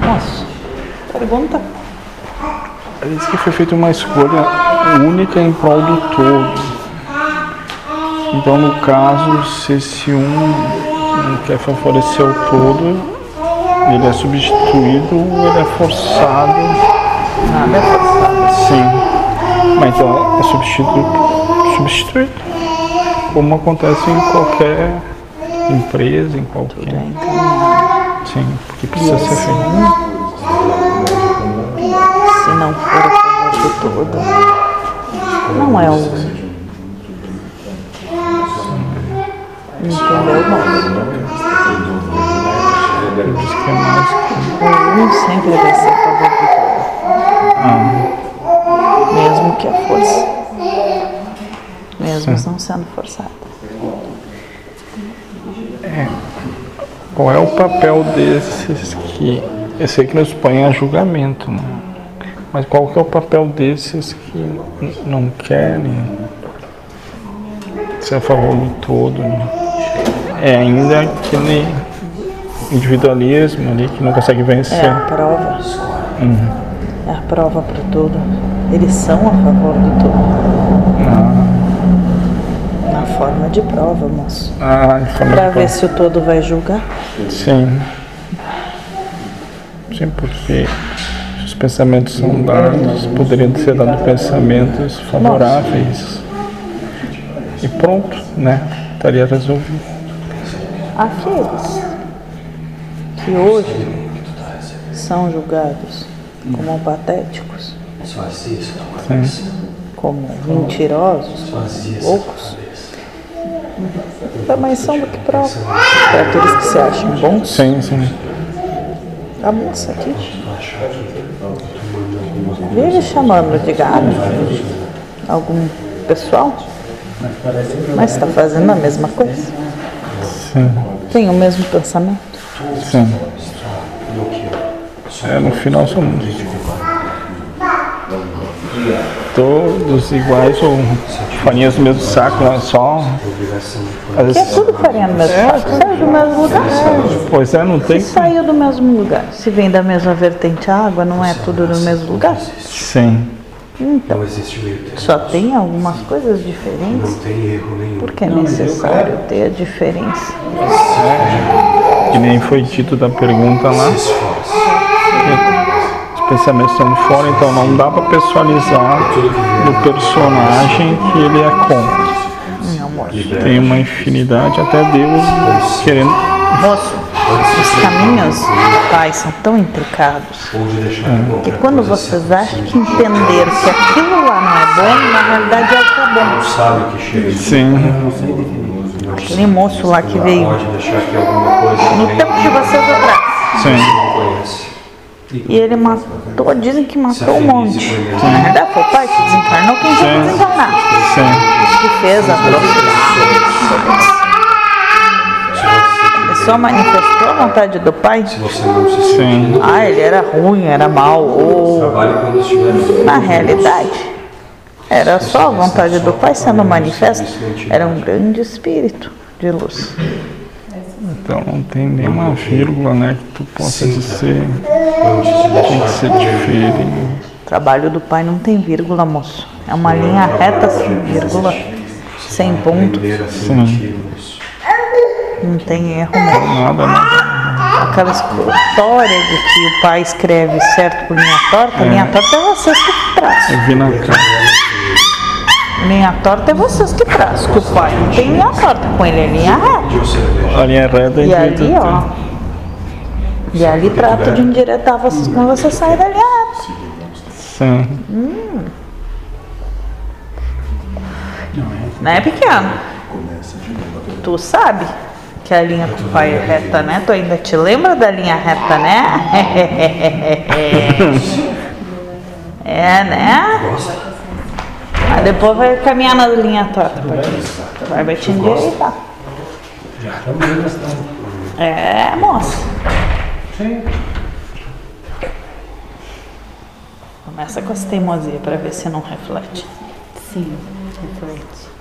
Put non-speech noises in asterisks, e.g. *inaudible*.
Nossa, Oregon tá. Parece que foi feita uma escolha única em prol do todo. Então, no caso, se esse um não quer favorecer o todo, ele é substituído ou ele é forçado. Nada é forçado. Sim. Mas então é substituído. substituído. Como acontece em qualquer empresa, em Tudo qualquer. é encaminhado. Sim, porque precisa ser Esse feito. um, se não for a favor do todo, não é o. Entendeu? Não. Diz que é mais O um sempre vai ser a favor do todo, Ah, mesmo que a força. Mesmo não sendo forçada. qual é o papel desses que. Eu sei que nos põe a julgamento, né? Mas qual que é o papel desses que n- não querem ser a favor do todo, né? É ainda aquele individualismo ali que não consegue É a vencer. prova. Uhum. É a prova para tudo. Eles são a favor do todo. Ah, Na forma de prova, moço. ah, de forma Pra de ver se o todo vai julgar. Sim. Sim, porque os pensamentos são dados, poderiam ser dados pensamentos favoráveis. E pronto, né? Estaria resolvido. Aqueles que hoje são julgados como patéticos, um né? como mentirosos, loucos, também são do que prova. Para aqueles que se acham bons, Sim, sim. a moça aqui vive chamando de gado algum pessoal, mas está fazendo a mesma coisa, Sim, tem o mesmo pensamento. sim. É, no final somos todos iguais ou farinhas do mesmo saco, né? só. Às É vezes, tudo farinha do mesmo saco, sai do mesmo lugar. pois é, não tem. Se saiu do mesmo lugar, se vem da mesma vertente a água, não é tudo no mesmo lugar. Sim. Então, Não existe meio termo. só tem algumas coisas diferentes, Não tem erro nenhum. porque é necessário ter a diferença. Que nem foi dito da pergunta lá. Se esforce. Os pensamentos estão fora, então não dá para pessoalizar do personagem que ele é contra. Meu amor. Tem uma infinidade, até Deus querendo. Moço, os caminhos dos pais são tão intricados Ou de deixar de que comprar Hum. quando coisas vocês certas. acham que entenderam que aquilo lá não é bom, na realidade é o que é bom. Sabe que chega de Sim, Aquele moço lá que veio Pode deixar que alguma coisa no venha tempo de vocês atrás. sim. não é conhece. E ele matou, dizem que matou um monte. Na verdade foi o pai que desencarnou, quem tinha que desencarnar. Sim, Que fez a atrocidade. Ele só manifestou a vontade do pai. Se você não se sente, sim, Ah, ele era ruim, era mal. Ou trabalhe quando estiver na realidade, era só a vontade do pai sendo manifesta. Era um grande espírito de luz. então não tem nenhuma vírgula né, que tu possa dizer Antes de tem que deixar ser diferente. O trabalho do pai não tem vírgula, moço. É uma linha reta sem vírgula, sem ponto. aprender a sentirmos. Não tem erro nenhum. Nada, né? aquela história de que o pai escreve certo por linha torta, linha torta é vocês que traz. Eu vi na cara. Linha torta é vocês que traz. Que o pai não tem linha torta, com ele é linha reta. De um cerveja. A linha reta é E entre né? ali, ó. tudo. E ali trata de indiretar vocês quando você sai ah, da linha reta. Sim, Não é pequeno. Tu sabe que a linha com o pai é reta, né? Tu ainda te lembra da linha reta, né? *laughs* É, né? Gosta? Aí depois vai caminhar na linha torta pra ti. Vai, vai te endireitar. Já também gostamos. É, moça. Começa com essa teimosia pra ver se não reflete. Sim, reflete.